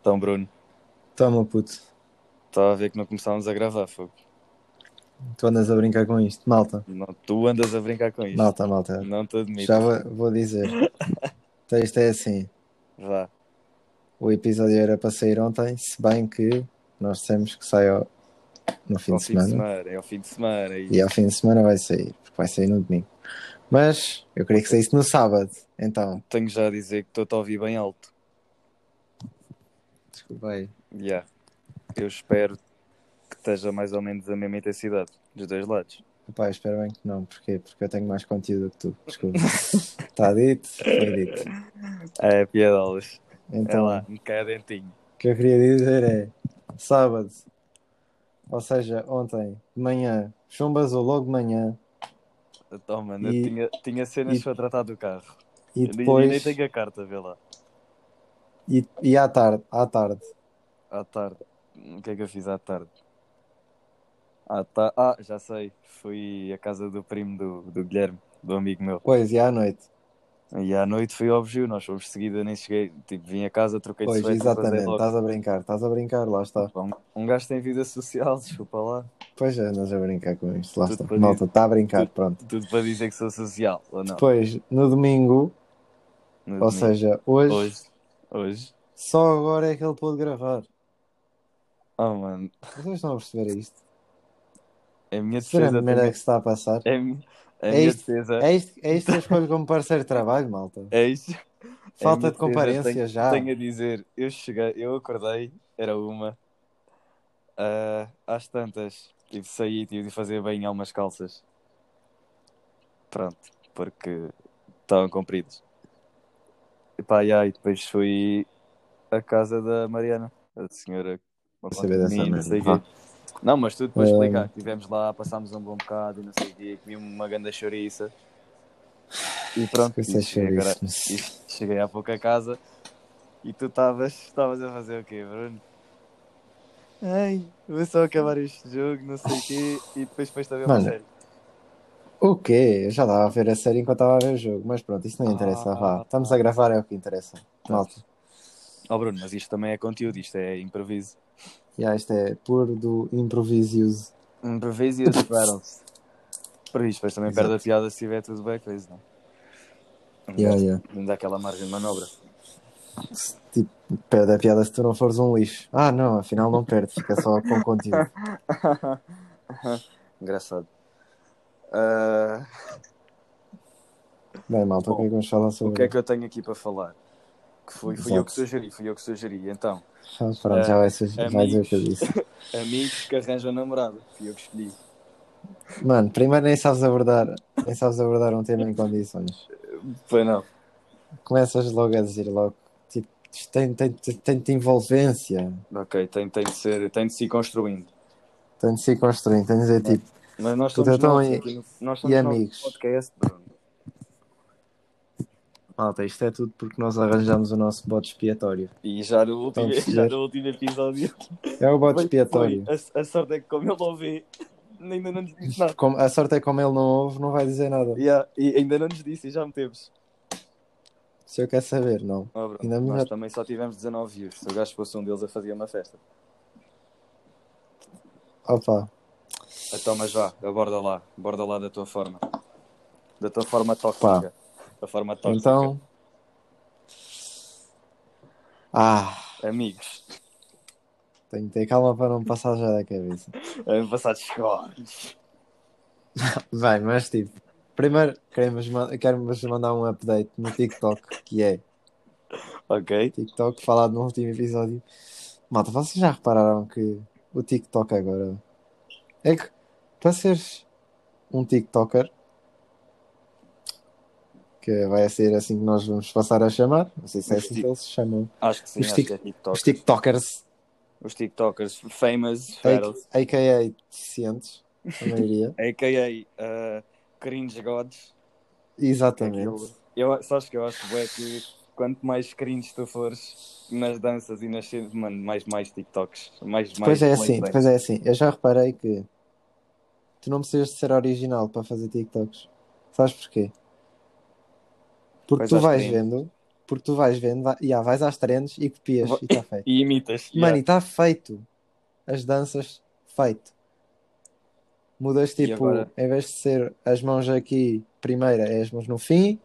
Então, Bruno, Toma, puto. estava a ver que não começámos a gravar, fogo. Tu andas a brincar com isto. Malta, Não, tu andas a brincar com isto. malta, malta. Não te admito. Já vou, vou dizer. Então, isto é assim. Vá. O episódio era para sair ontem, se bem que nós dissemos que sai ao- no fim Ao de semana. É ao fim de semana. E... E ao fim de semana vai sair, porque vai sair no domingo. Mas eu queria que saísse no sábado. Então, Tenho já a dizer que estou a ouvir bem alto. desculpa aí. Yeah. Eu espero que esteja mais ou menos a mesma intensidade dos dois lados. Epá, eu espero bem que não. Porquê? Porque eu tenho mais conteúdo que tu. Desculpa. Está dito? Foi dito. É, piadolas. É Então, lá, me cai a dentinho. O que eu queria dizer é sábado, ou seja, ontem, de manhã, chumbazou logo de manhã Então, mano, E- eu tinha, tinha cenas e- para tratar do carro. e Eu nem- Eu nem depois tenho a carta, vê lá. e, e à tarde, à tarde. À tarde. O que é que eu fiz à tarde? À ta... Ah, já sei. Fui à casa do primo do, do Guilherme, do amigo meu. Pois, e à noite. E à noite fui ao Bugio, nós fomos de seguida, nem cheguei. Tipo, vim a casa, troquei de Pois, suéter, passei exatamente. logo. Estás a brincar, estás a brincar, lá está. Pá, Um, um gajo tem vida social, desculpa lá. Pois é, andas a brincar com isto, lá Tudo está. para Malta, está a brincar, Tudo- pronto. Tudo para dizer que sou social, ou não? Depois, no domingo, No ou domingo. seja, hoje, hoje. Hoje. só agora é que ele pôde gravar. Oh, mano. Vocês estão a perceber isto? É a minha Será a defesa. primeira também- que se está a passar? É, a mi- a É minha isto- defesa. É isto, é isto que eu escolho como parceiro de trabalho, malta. É isso. minha Falta de defesa, comparência tenho- já. Tenho a dizer, eu cheguei, eu acordei, era uma. Ah, às tantas, tive de sair, tive de fazer bem algumas calças. Pronto, porque estavam compridos. E pá, e aí, depois fui à casa da Mariana, a senhora. uma Saber dessa condomínio, não merda, sei o vá. quê. Não, mas tudo para Ah. explicar. Estivemos lá, passámos um bom bocado e não sei o quê, comíamos uma grande chouriça. E pronto, Isso é e cheguei agora- chouriço. e cheguei há pouco a casa e tu estavas estavas a fazer o quê, Bruno? Ai, vou só acabar este jogo, não sei o quê, e depois foste a ver uma Mano, série. O quê? Eu já estava a ver a série enquanto estava a ver o jogo, mas pronto, isso não interessa, Ah. vá. Estamos a gravar, é o que interessa. Malta, Oh Bruno, mas isto também é conteúdo, isto é improviso. já isto é puro do improviso. Improviso e tipo superaram-se. Por isso, depois também perde a Exato. piada se estiver tudo bem, pois não. Yeah, yeah. Não dá aquela margem de manobra. Tipo, perde a piada se tu não fores um lixo. Ah, não, afinal não perde, fica só com conteúdo. Engraçado. Ah, Bem, malta, o que é que vamos falar sobre? o que é que eu tenho aqui para falar? Que fui, fui eu Exato. que sugeri, fui eu que sugeri. Então, Ah, Pronto, já vai, ser- É, amigos. vai dizer o que eu disse. Amigos que arranjam namorado. Fui eu que escolhi. Mano, primeiro nem sabes abordar, nem sabes abordar um tema em condições. Foi não. Começas logo a dizer logo, tipo, isto tem, tem, tem, tem envolvência, Ok, tem, tem de ser, tem de se ir construindo. tem de se ir construindo, tem de dizer tipo. Mas nós Tudo somos então novos e- aqui no, nós e somos novos amigos? no podcast, Bruno. Malta, isto é tudo porque nós arranjamos o nosso bote expiatório. E já no último, Vamos já ver. no último episódio. É o bote Foi- expiatório. foi. A, a sorte é que como ele ouvi, ainda não nos disse nada. Como- a sorte é que como ele não ouve, não vai dizer nada. Yeah, e ainda não nos disse e já metemos. Se eu quero saber, não. Oh, Bruno, Ainda nós melhor. também só tivemos 19 views. Se o gajo fosse um deles, eu fazia uma festa. Opa, Então, mas vá, aborda lá. Aborda lá da tua forma. Da tua forma tóxica. Da forma tóxica. então. Ah, Amigos. tenho que ter calma para não me passar já da cabeça. Ano passado chegou. Bem, mas tipo, primeiro queremos, ma- queremos mandar um update no TikTok, que é Ok. TikTok falado no último episódio. Malta, vocês já repararam que o TikTok agora é que para seres um TikToker que vai ser assim que nós vamos passar a chamar, não sei se é Os assim ti- que eles se chamam, Acho que sim, Os acho tic- que é os TikTok. TikTokers, Os TikTokers, famous, fattles, a- aka deficientes, a maioria. a.k.a. uh, cringe gods. é Exatamente. Eu, sabes que eu acho bué que quanto mais cringe tu fores nas danças e nas cenas, mano, mais, mais TikToks. Mais, Depois mais é plays assim, bem. depois é assim. Eu já reparei que tu não precisas de ser original para fazer TikToks. Sabes porquê? Porque Pois tu acho que vais sim. vendo Porque tu vais vendo, vai, yeah, vais às trends e copias Vou- e está feito. E imitas. é. yeah. Mano, e está feito. As danças, feito. Mudas E tipo, agora? em vez de ser as mãos aqui primeira, é as mãos no fim,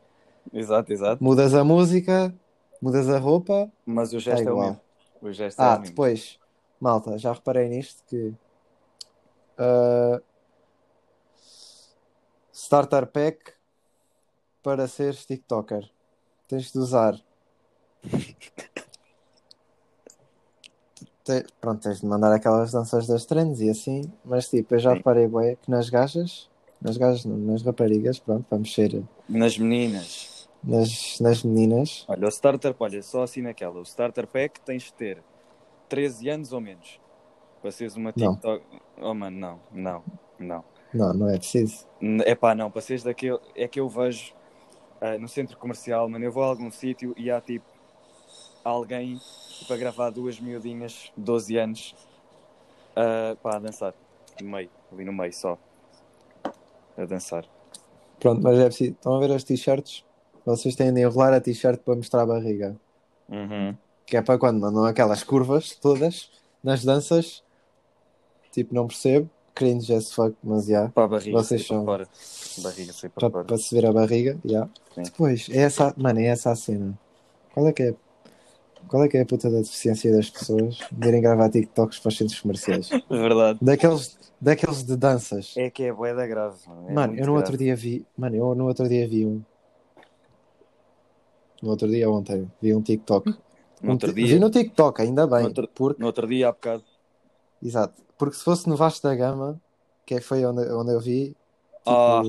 Exato, exato. mudas a música, mudas a roupa. tá Mas o gesto é o igual. mesmo. O gesto é Ah, o mesmo. depois, malta, já reparei nisto que ah, Starter Pack para seres TikToker. Tens de usar. Te- pronto, tens de mandar aquelas danças das trends e assim, mas tipo, eu já Sim. reparei bué, que nas gajas, nas gajas, não, nas raparigas, pronto, vamos ser Nas meninas. nas, nas meninas. Olha, o starter, olha, só assim naquela. O starter pack tens de ter 13 anos ou menos. Para seres uma Não. TikTok. Oh, mano, não, não, não. Não, não é preciso. É pá, não, para seres daquele. É que eu vejo ah, no centro comercial, mano. Eu vou a algum sítio e há tipo alguém para gravar duas miudinhas, 12 anos, ah, pá, a dançar. No meio, ali no meio só. A dançar. Pronto, mas é preciso. Estão a ver as t-shirts? Vocês têm de enrolar a t-shirt para mostrar a barriga. Uhum. Que é para quando mandam aquelas curvas todas nas danças. Tipo, não percebo. Cringe as fuck, mas já. Para a barriga, Vocês sair para são- fora. Barriga, sair para Para, fora. para se ver a barriga, já. Sim. Depois, é essa, mano, é essa a cena. Qual é que é? Qual é que é a puta da deficiência das pessoas de irem gravar TikToks para os centros comerciais? É verdade. Daqueles, daqueles de danças. É que é boeda grave, mano. É Mano, muito eu no outro grave. dia vi. Mano, eu no outro dia vi um. No outro dia, ontem, vi um TikTok. No Um outro ti- Vi dia, no TikTok, ainda bem. No outro- Porque, no outro dia há bocado. Exato. Porque se fosse no Vasco da Gama, que foi onde, onde eu vi, tipo, Ah,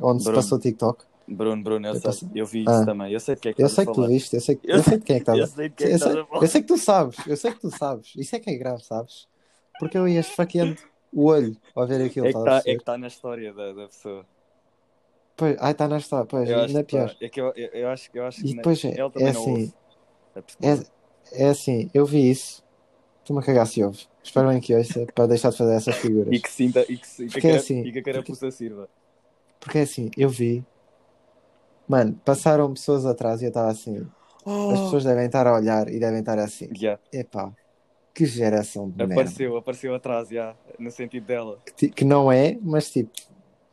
onde se Bruno. passou o TikTok. Bruno, Bruno, eu, Eu sei. passo- Eu vi Ah. isso também. Eu sei de que é que Eu estás sei a que tu falar. viste, eu sei, que- Eu eu sei de quem é que Eu estás a sei de que é que eu estás sei, a falar. eu sei que tu sabes, eu sei que tu sabes. Isso é que é grave, sabes? Porque eu ia esfaqueando o olho ao ver aquilo. É que estás está a perceber? na história da, da pessoa. Pois, ai, está na história, pois, Eu acho, ainda que tá. pior. É que eu, eu, eu acho, eu acho que E na- depois é, ele também é não assim, ouve. A pessoa- é, é assim, eu vi isso, estou-me a cagar se ouve. Espero bem que ouça para deixar de fazer essas figuras. E que sinta e que, se- e que, a, Porque é cara- assim, e que a carapuça sirva. Porque é assim, eu vi, mano, passaram pessoas atrás e eu estava assim. As Oh. pessoas devem estar a olhar e devem estar assim. Já. Epá, que geração de merda. Oh! Apareceu, apareceu atrás, já, no sentido dela. Que, ti- que não é, mas tipo,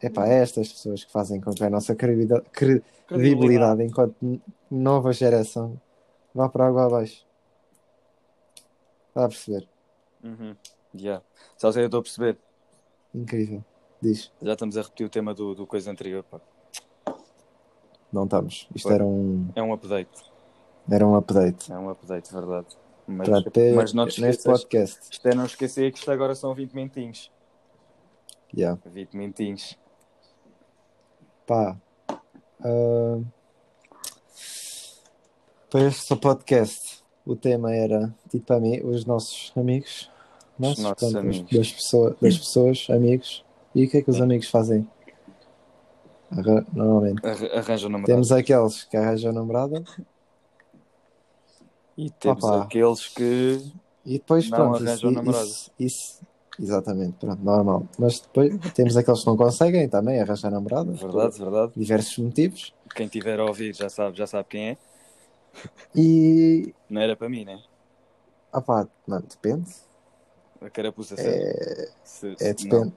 epá, é estas pessoas que fazem com que a nossa credida- credibilidade, enquanto n- nova geração vá para a água abaixo. Está a perceber? Uhum. Já. Só sei, eu estou a perceber. Incrível. Diz, Já estamos a repetir o tema do, do coisa anterior. pá. não estamos. Isto Foi. era um, É um update. era um update É um update, verdade. Mas, para ter mas não te neste esqueças. podcast. Isto é não esquecer que isto agora são 20 mentinhos. Yeah. 20 mentinhos. Pá. ah, para este podcast, o tema era tipo a mim, os nossos amigos. Nossos, nossos portanto, das- amigos. Das, pessoa- das pessoas, amigos. E o que é que os Sim. amigos fazem? Arra- Normalmente. Ar- Arranja o namorado. Temos aqueles que arranjam namorada E temos Opa. aqueles que. e depois, Não pronto, arranjam isso, namorada. isso- isso- exatamente, pronto, normal. Mas depois temos aqueles que não conseguem também arranjar namorada. Verdade, verdade. Por diversos motivos. Quem tiver a ouvir já sabe, já sabe quem é. E. Não era para mim, né? Opá, não, depende. A carapuça se- É, se- É, se- depende.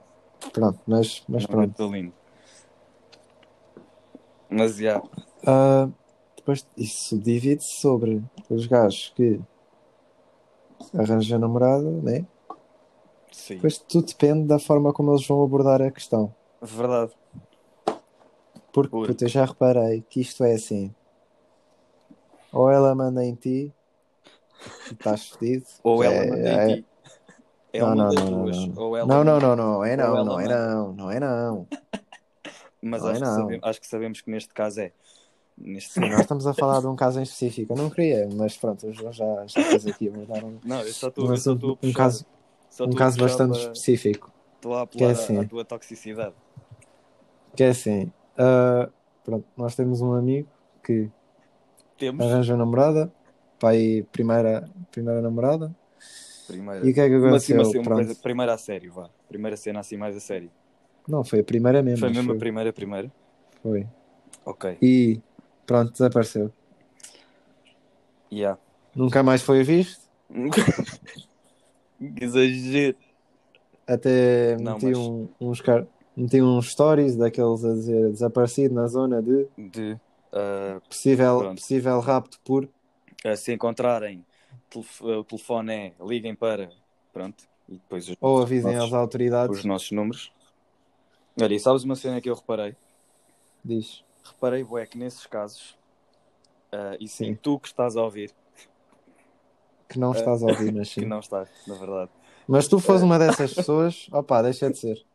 Pronto, mas, mas não, não é pronto. tão lindo. Mas já. Ah, depois isso divide-se sobre os gajos que arranjam namorada, né? Sim. Depois tudo depende da forma como eles vão abordar a questão. Verdade. Porque, Por- puta, eu já reparei que isto é assim. Ou ela manda em ti e estás fedido. Ou ela É, manda é, em ti. É não, uma não, das não, não, duas. não. Ou ela não, não, manda- não, não, é ou não, ela não, é manda. não, não é não. Mas Não é acho, que não. sabemos, acho que sabemos que neste caso é. Neste... Nós estamos a falar de um caso em específico. Eu não queria, mas pronto, eu já, já fez aqui abordar um, Não, eu só estou eu Mas só estou a um, puxar. caso, só um estou a caso puxar bastante para- específico. Estou a Que é apelar à- assim. à tua toxicidade. Que é assim: ah, pronto, nós temos um amigo que Temos. arranja uma namorada, pai, primeira, primeira namorada. Primeira. E o que é que Uma, assim, aconteceu? uma, assim, uma Pronto, coisa, primeira a sério, vá. Primeira cena assim mais a sério. Não, foi a primeira mesmo. Foi acho mesmo a eu. primeira, primeira. Foi. Ok. E pronto, desapareceu. Yeah. Nunca mais foi visto. Que Exagero. Até Não, meti, mas- um, uns, car- meti uns stories daqueles a dizer desaparecido na zona de De ah, possível, Pronto. possível rapto por. ah, se encontrarem, telef- ah, o telefone é, liguem para. Pronto. E depois os, Ou avisem nossos, às autoridades. os nossos números. Olha, e sabes uma cena que eu reparei? Diz. Reparei, bué, que nesses casos, ah, e sim, Sim. tu que estás a ouvir, Que não estás a ouvir, mas Eh, que sim. não Eh. estás, na verdade. Mas tu fores uma dessas pessoas, opá, deixa de ser.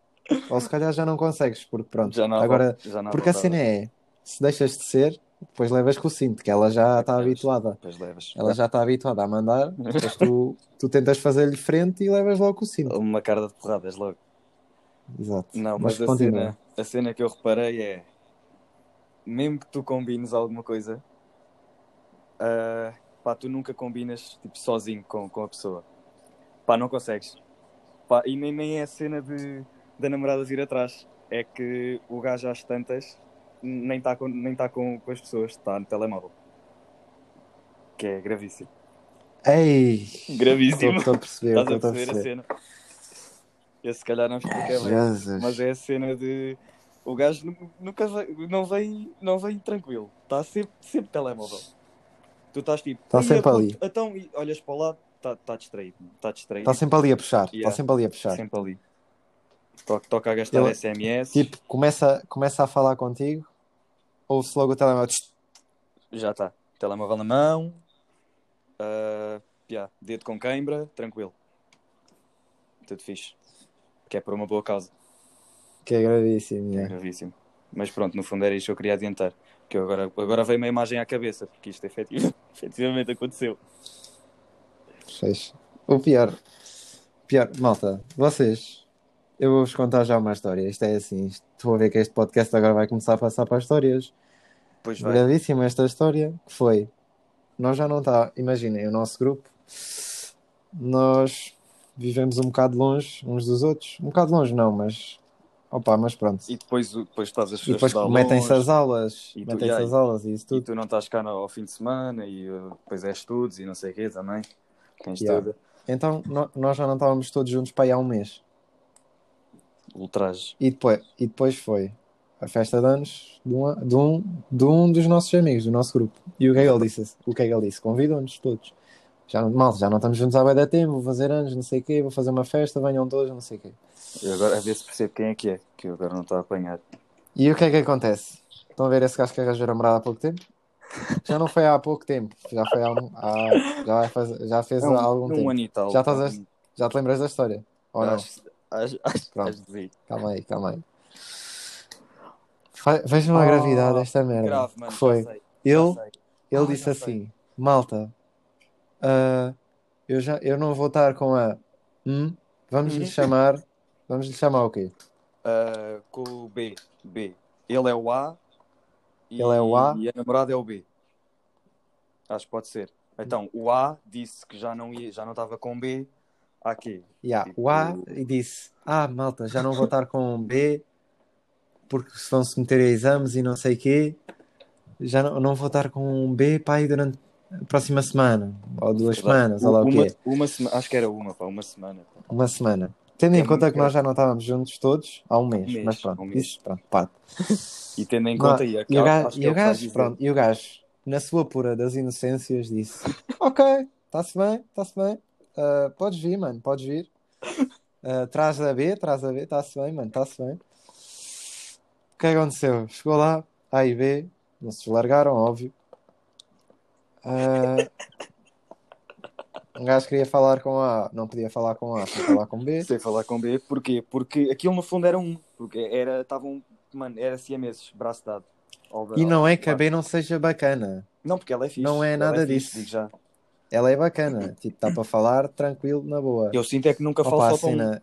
Ou se calhar já não consegues, porque pronto. Já não há Agora, volta- já não há porque a volta cena é: se deixas de ser, depois levas com o cinto, que ela já está Levas. habituada. Depois levas. Ela já está habituada a mandar, depois tu, tu tentas fazer-lhe frente e levas logo com o cinto. Uma cara de porradas logo. Exato. Não, mas, a, continua. cena, a cena que eu reparei é mesmo que tu combines alguma coisa, ah, pá, tu nunca combinas tipo, sozinho com, com a pessoa. Pá, não consegues. Pá, e nem, nem é a cena de, da namorada vir atrás. É que o gajo às tantas nem está com, nem tá com, com as pessoas, está no telemóvel. Que é gravíssimo. Ei! Gravíssimo. Estou a perceber, Estás a estou a perceber a perceber. cena? Eu se calhar não expliquei bem. Jesus. Mas é a cena de. O gajo nu- nunca vem, não, vem, não vem tranquilo. Está sempre, sempre telemóvel. Tu estás tipo. Tá "Ia, sempre ali." puto, Então e olhas para lá, está tá distraído. Está distraído. Está sempre ali a puxar. Está Yeah. sempre ali a puxar. sempre ali. To- Toca a gastar Ele- SMS. Tipo, começa, começa a falar contigo, ouve-se logo o telemóvel. Tch, Já está. Telemóvel na mão. ah, yeah, dedo com cãibra. Tranquilo. Tudo fixe. Que é por uma boa causa. Que é gravíssimo. É yeah. gravíssimo. Mas pronto, no fundo era isto que eu queria adiantar. Que eu agora, agora veio uma imagem à cabeça, porque isto efetiv- efetivamente aconteceu. Fecho. O pior. Pior, malta, vocês. Eu vou-vos contar já uma história. Isto é assim. isto- Estou a ver que este podcast agora vai começar a passar para as histórias. Pois vai. Gravíssima esta história. Que foi. Nós já não está. Imaginem, o nosso grupo. Nós vivemos um bocado longe uns dos outros. Um bocado longe, não, mas. Opa, mas pronto. E depois, o- depois estás a E depois estudar metem-se longe, as aulas, E tu- metem-se e aí? as aulas e isso e tudo. tu não estás cá no- ao fim de semana e uh, depois é estudos e não sei o quê também. Tens Yeah. toda. Então no- nós já não estávamos todos juntos para aí há um mês. Ultraje. E depois, e depois foi a festa de anos de, uma- de um, de um dos nossos amigos, do nosso grupo. E o que é que ele disse? O que é que ele disse? Convidou-nos todos. Já não, mal, já não estamos juntos há bem da tempo, vou fazer anos, não sei o quê, vou fazer uma festa, venham todos, não sei o quê. Eu agora a ver se percebo quem é que é, que eu agora não estou a apanhar. E o que é que acontece? Estão a ver esse gajo que arranjou namorada há pouco tempo? Já não foi há pouco tempo, já foi há, um- há- já, vai fazer- já fez É um, há algum um tempo. ano e tal. Já estás a- Um- Já te lembras da história? Ou não? acho- acho- acho- Pronto. acho que sim. Calma aí, calma aí. Fa- Vejam a Oh, gravidade desta merda. Grave, mano. que foi? Já sei, já Ele, sei. ele Ah, disse já sei. assim: Malta, ah, eu, já, eu não vou estar com a. hum, vamos lhe Hum. chamar. Vamos lhe chamar o quê? Ah, com o B. B. Ele é o A. E, Ele é o A. E a namorada é o B. Acho que pode ser. Então, o A disse que já não ia, já não estava com B. Há quê? Yeah, o A Tipo e disse: Ah, malta, já não vou estar com o B porque se vão se meter a exames e não sei o quê. Já não, não vou estar com o B para aí durante a próxima semana ou duas semanas, ou lá o uma, quê. uma semana, acho que era uma, pá, uma semana. pá. Uma semana. Tendo em É conta muito que nós já não estávamos juntos todos há um mês, mês, mas pronto, há um mês. isso pronto, parte. E tendo em Não, conta, e, E o acho gajo, que e é o o que vai gajo, dizer. pronto, e o gajo, na sua pura das inocências, disse: Ok, está-se bem, está-se bem, Ah, podes vir, mano, podes vir. Ah, traz a B, traz a B, está-se bem, mano, está-se bem. O que é que aconteceu? Chegou lá, A e B, não se largaram, óbvio. Ah, um gajo queria falar com A, não podia falar com A, foi falar com B. Sem falar com B, porquê? Porque aquilo no fundo era um. Porque era, estavam, mano, era siameses, braço dado. All the- E não é que a B não seja bacana. Não, porque ela é fixe. Não é Ela nada fixe, disso. digo já. Ela é bacana. Tipo, dá para falar tranquilo, na boa. Eu sinto é que nunca falo Opa, a só para um. cena.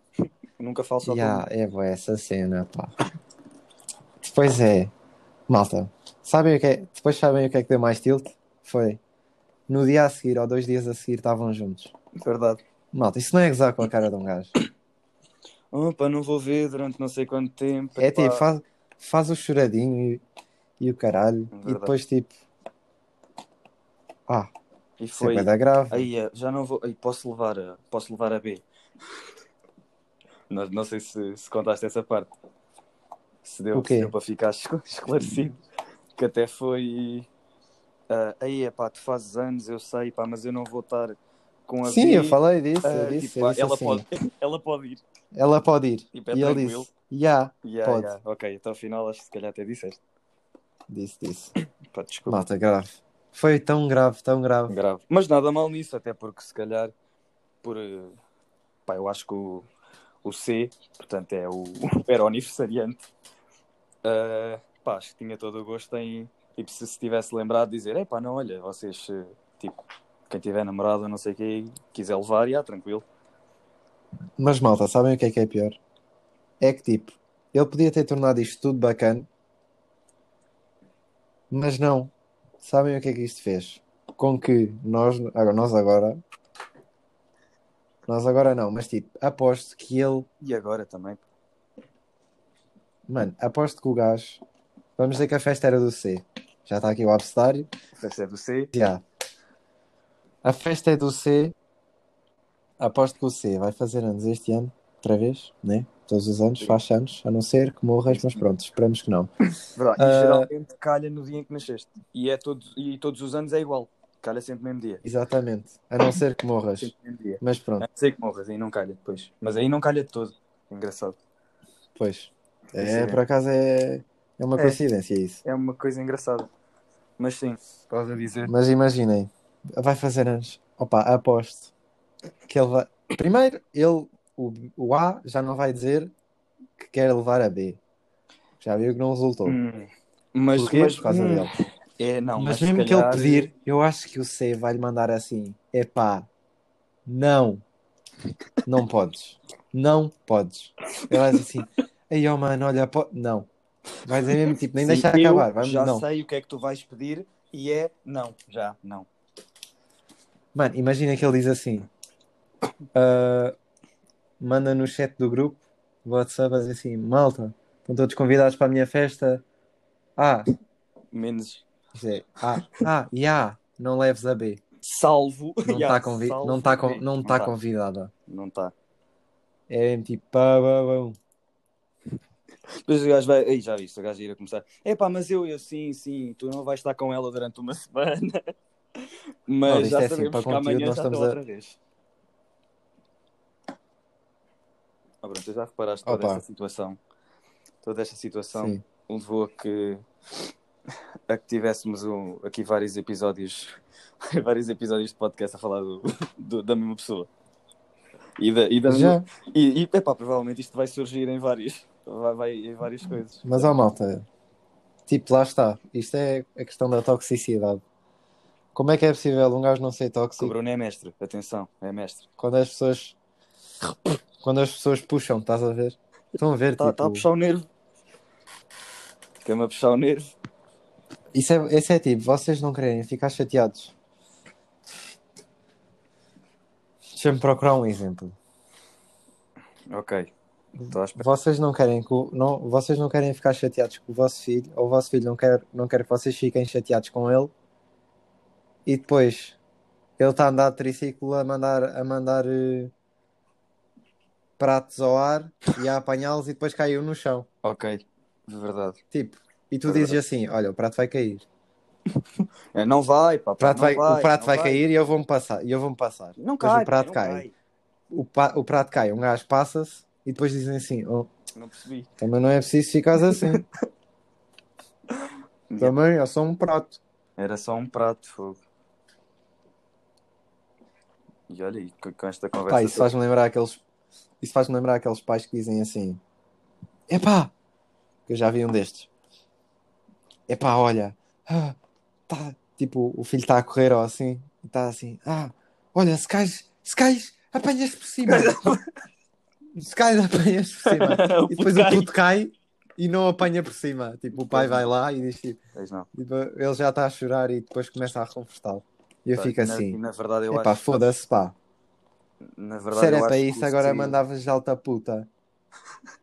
Nunca falo só para um. Ya, é boa essa cena, pá. Depois é. Malta, sabem o que é? Depois sabem o que é que deu mais tilt? Foi. No dia a seguir, ou dois dias a seguir, estavam juntos. Verdade. Malta, isso não é gozar com a cara de um gajo. Opa, não vou ver durante não sei quanto tempo. É epá. tipo, faz, faz o É choradinho e, e o caralho. E Verdade. depois, tipo. Ah, E Isso é foi. coisa grave. Aí, eh, já não vou. Aí, posso levar a. Posso levar a B. Não, não sei se, se contaste essa parte. Se deu, O quê? se deu para ficar escl- esclarecido. Que até foi. ah, aí, pá, tu fazes anos, eu sei, pá, mas eu não vou estar com a Sim, B. eu falei disso, Ah, eu disse, um tipo, eu disse ela, assim, pode, ela pode ir. ela pode ir. Tipo, é e ele tranquilo. disse, já, Yeah, Pode. yeah. Ok, então afinal acho que se calhar até disseste. disse, disse. Pá, desculpa. Malta, grave. Foi tão grave, tão grave. Grave. Mas nada mal nisso, até porque se calhar por. eh, Pá, eu acho que o, o C, portanto, é o, era o aniversariante. Ah, pá, acho que tinha todo o gosto em. Tipo, se se tivesse lembrado, dizer: epá, não, olha, vocês, eh, tipo, quem tiver namorado, ou não sei o quê, quiser levar, já, tranquilo. Mas malta, sabem o que é que é pior? É que tipo, ele podia ter tornado isto tudo bacana, mas não. Sabem o que é que isto fez? Com que nós, agora- nós agora. Nós agora não, mas tipo, aposto que ele. E agora também. Mano, aposto que o gajo. Vamos dizer que a festa era do C. Já está aqui o abcedário. Deve ser do C. Já. A festa é do C. Aposto que o C vai fazer anos este ano, outra vez, né? Todos os anos, Sim. faz anos, a não ser que morras, mas pronto, esperamos que não. Verdade. Ah. E geralmente calha no dia em que nasceste. E, é todo, e todos os anos é igual. Calha sempre no mesmo dia. Exatamente, a não ser que morras. Sempre no mesmo dia. Mas pronto, Ah, Sei que morras, aí não calha depois. Mas aí não calha de todo. É Engraçado. pois. Isso É, é. por acaso é, é uma É. coincidência isso. É uma coisa engraçada. Mas sim, estás a dizer. Mas imaginem, vai fazer anos. Opa, aposto que ele vai. Primeiro, ele, o, o A já não vai dizer que quer levar a B. Já viu que não resultou. Hum, mas, Porquê? mas Por causa hum, dele. É, não, mas, mas, mesmo se calhar, que ele pedir, eu acho que o C vai-lhe mandar assim: epá, não, não podes, não podes. Ele vai dizer assim: aí, oh mano, olha, po... não. Vai dizer mesmo tipo, nem sim, deixar eu acabar, vai já não. sei o que é que tu vais pedir e é não, já, não. Mano, imagina que ele diz assim: ah, manda no chat do grupo, WhatsApp, vai dizer assim: malta, estão todos convidados para a minha festa. Ah, Menos isto é, ah, ah, e ah, não leves a B, salvo. não já, está convi salvo não tá bem. con não Não tá tá, convidada. Não tá. está. É mesmo tipo, pá, pá, pá. Depois o gajo vai. Ei, já viste, o gajo ia começar. Epá, mas eu, eu sim, sim, tu não vais estar com ela durante uma semana. Não, Mas isto já é assim, sabemos para que conteúdo amanhã nós já estamos estão a- outra vez. Ah, Bruno, tu já reparaste toda Opa. esta situação. Toda esta situação Sim. levou a que a que tivéssemos um- aqui vários episódios vários episódios de podcast a falar do- do- da mesma pessoa. E, da, e, da, Já, e, e epá, provavelmente isto vai surgir em vários. Vai, vai em várias coisas. mas ó malta, tipo, lá está. Isto é a questão da toxicidade. Como é que é possível um gajo não ser Que O tóxico Bruno é mestre, atenção, é mestre. quando as pessoas quando as pessoas puxam, estás a ver? Estão a ver, Está tipo, Tá, a puxar o nervo. Fica-me a puxar o nervo. Isso, é, isso é tipo, vocês não querem ficar chateados. Deixa-me procurar um exemplo. Ok. Estou à espera. Vocês não querem que o- não, vocês não querem ficar chateados com o vosso filho, ou o vosso filho não quer, não quer que vocês fiquem chateados com ele. E depois ele está a andar de triciclo a mandar a mandar eh, pratos ao ar e a apanhá-los e depois caiu no chão. Ok, de verdade. Tipo, e tu É dizes assim: "Olha, o prato vai cair. É, Não vai, pá. O prato não vai, o prato não vai, cair e eu vou-me passar, e eu vou-me passar. Não depois cai, o prato não cai. O, pa- o prato cai, um gajo passa-se e depois dizem assim: "Oh, Não percebi. também não é preciso ficar assim. também é só um prato." Era só um prato de fogo. E olha aí, com com esta conversa. Pá, isso faz-me lembrar aqueles. Isso faz-me lembrar aqueles pais que dizem assim: Epá! Que eu já vi um destes. Epá, olha. ah, tá, tipo, o filho está a correr ou assim. E está assim: Ah, olha, se cais, se cais, apanhas por cima. se cais, apanhas por cima. O E depois o puto puto cai e não apanha por cima. Tipo, o pai vai lá e diz: tipo, Pois não. tipo, Ele já está a chorar e depois começa a reconfortá-lo. E eu Pá, fico Tá, na- assim: Na verdade, eu Epá, acho. foda-se, pá. Na Se verdade, era eu para acho isso, que o agora C- mandavas de alta puta.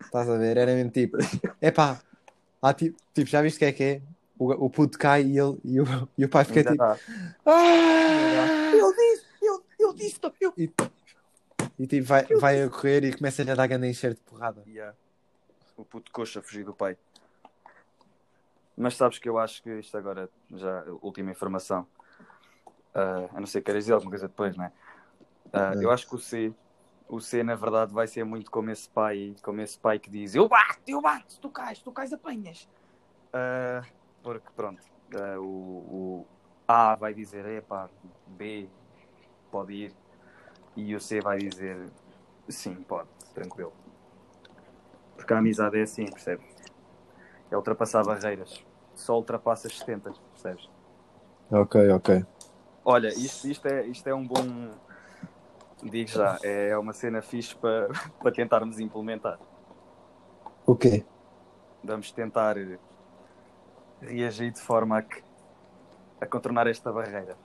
Estás a ver? Era mesmo tipo. Epá, há tipo, tipo, já viste o que é que é? o, o puto cai e, ele, e, o, e o pai fica Ainda tipo. dá. "Ah!" Eu disse, eu, eu disse, tá, eu... E, e tipo, vai, vai a correr e começa-lhe a dar grande encher de porrada. Yeah. O puto coxa a fugir do pai. Mas sabes que eu acho que isto agora, já é a última informação. Ah, a não ser que queiras dizer alguma coisa depois, não é? Ah, Não. Eu acho que o C, o C na verdade vai ser muito como esse pai, como esse pai que diz eu bato, eu bato, se tu cais, tu cais apanhas. Ah, porque pronto, ah, o, o A vai dizer é pá, B pode ir e o C vai dizer sim, pode, tranquilo. Porque a amizade é assim, percebes? É ultrapassar barreiras. Só ultrapassa as 70, percebes? Ok, ok. Olha, isto, isto, é, isto é um bom. Digo já, é uma cena fixe para para tentarmos implementar. O quê? Vamos tentar eh, reagir de forma a, que, a contornar esta barreira.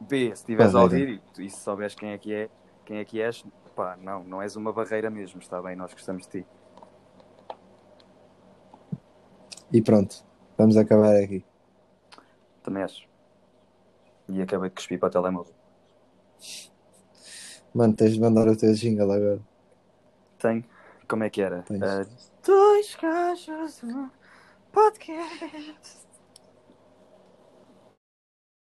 B, se estiveres a Barreira. ouvir e, tu- e se souberes quem é que é, quem é que és, pá, não, não és uma barreira mesmo, está bem, nós gostamos de ti. E pronto, vamos acabar aqui. Também és. E acabei de cuspir para o telemóvel. Mano, tens de mandar o teu jingle agora. Tenho. Como é que era? Tens. Ah, Dois cachorros, um podcast.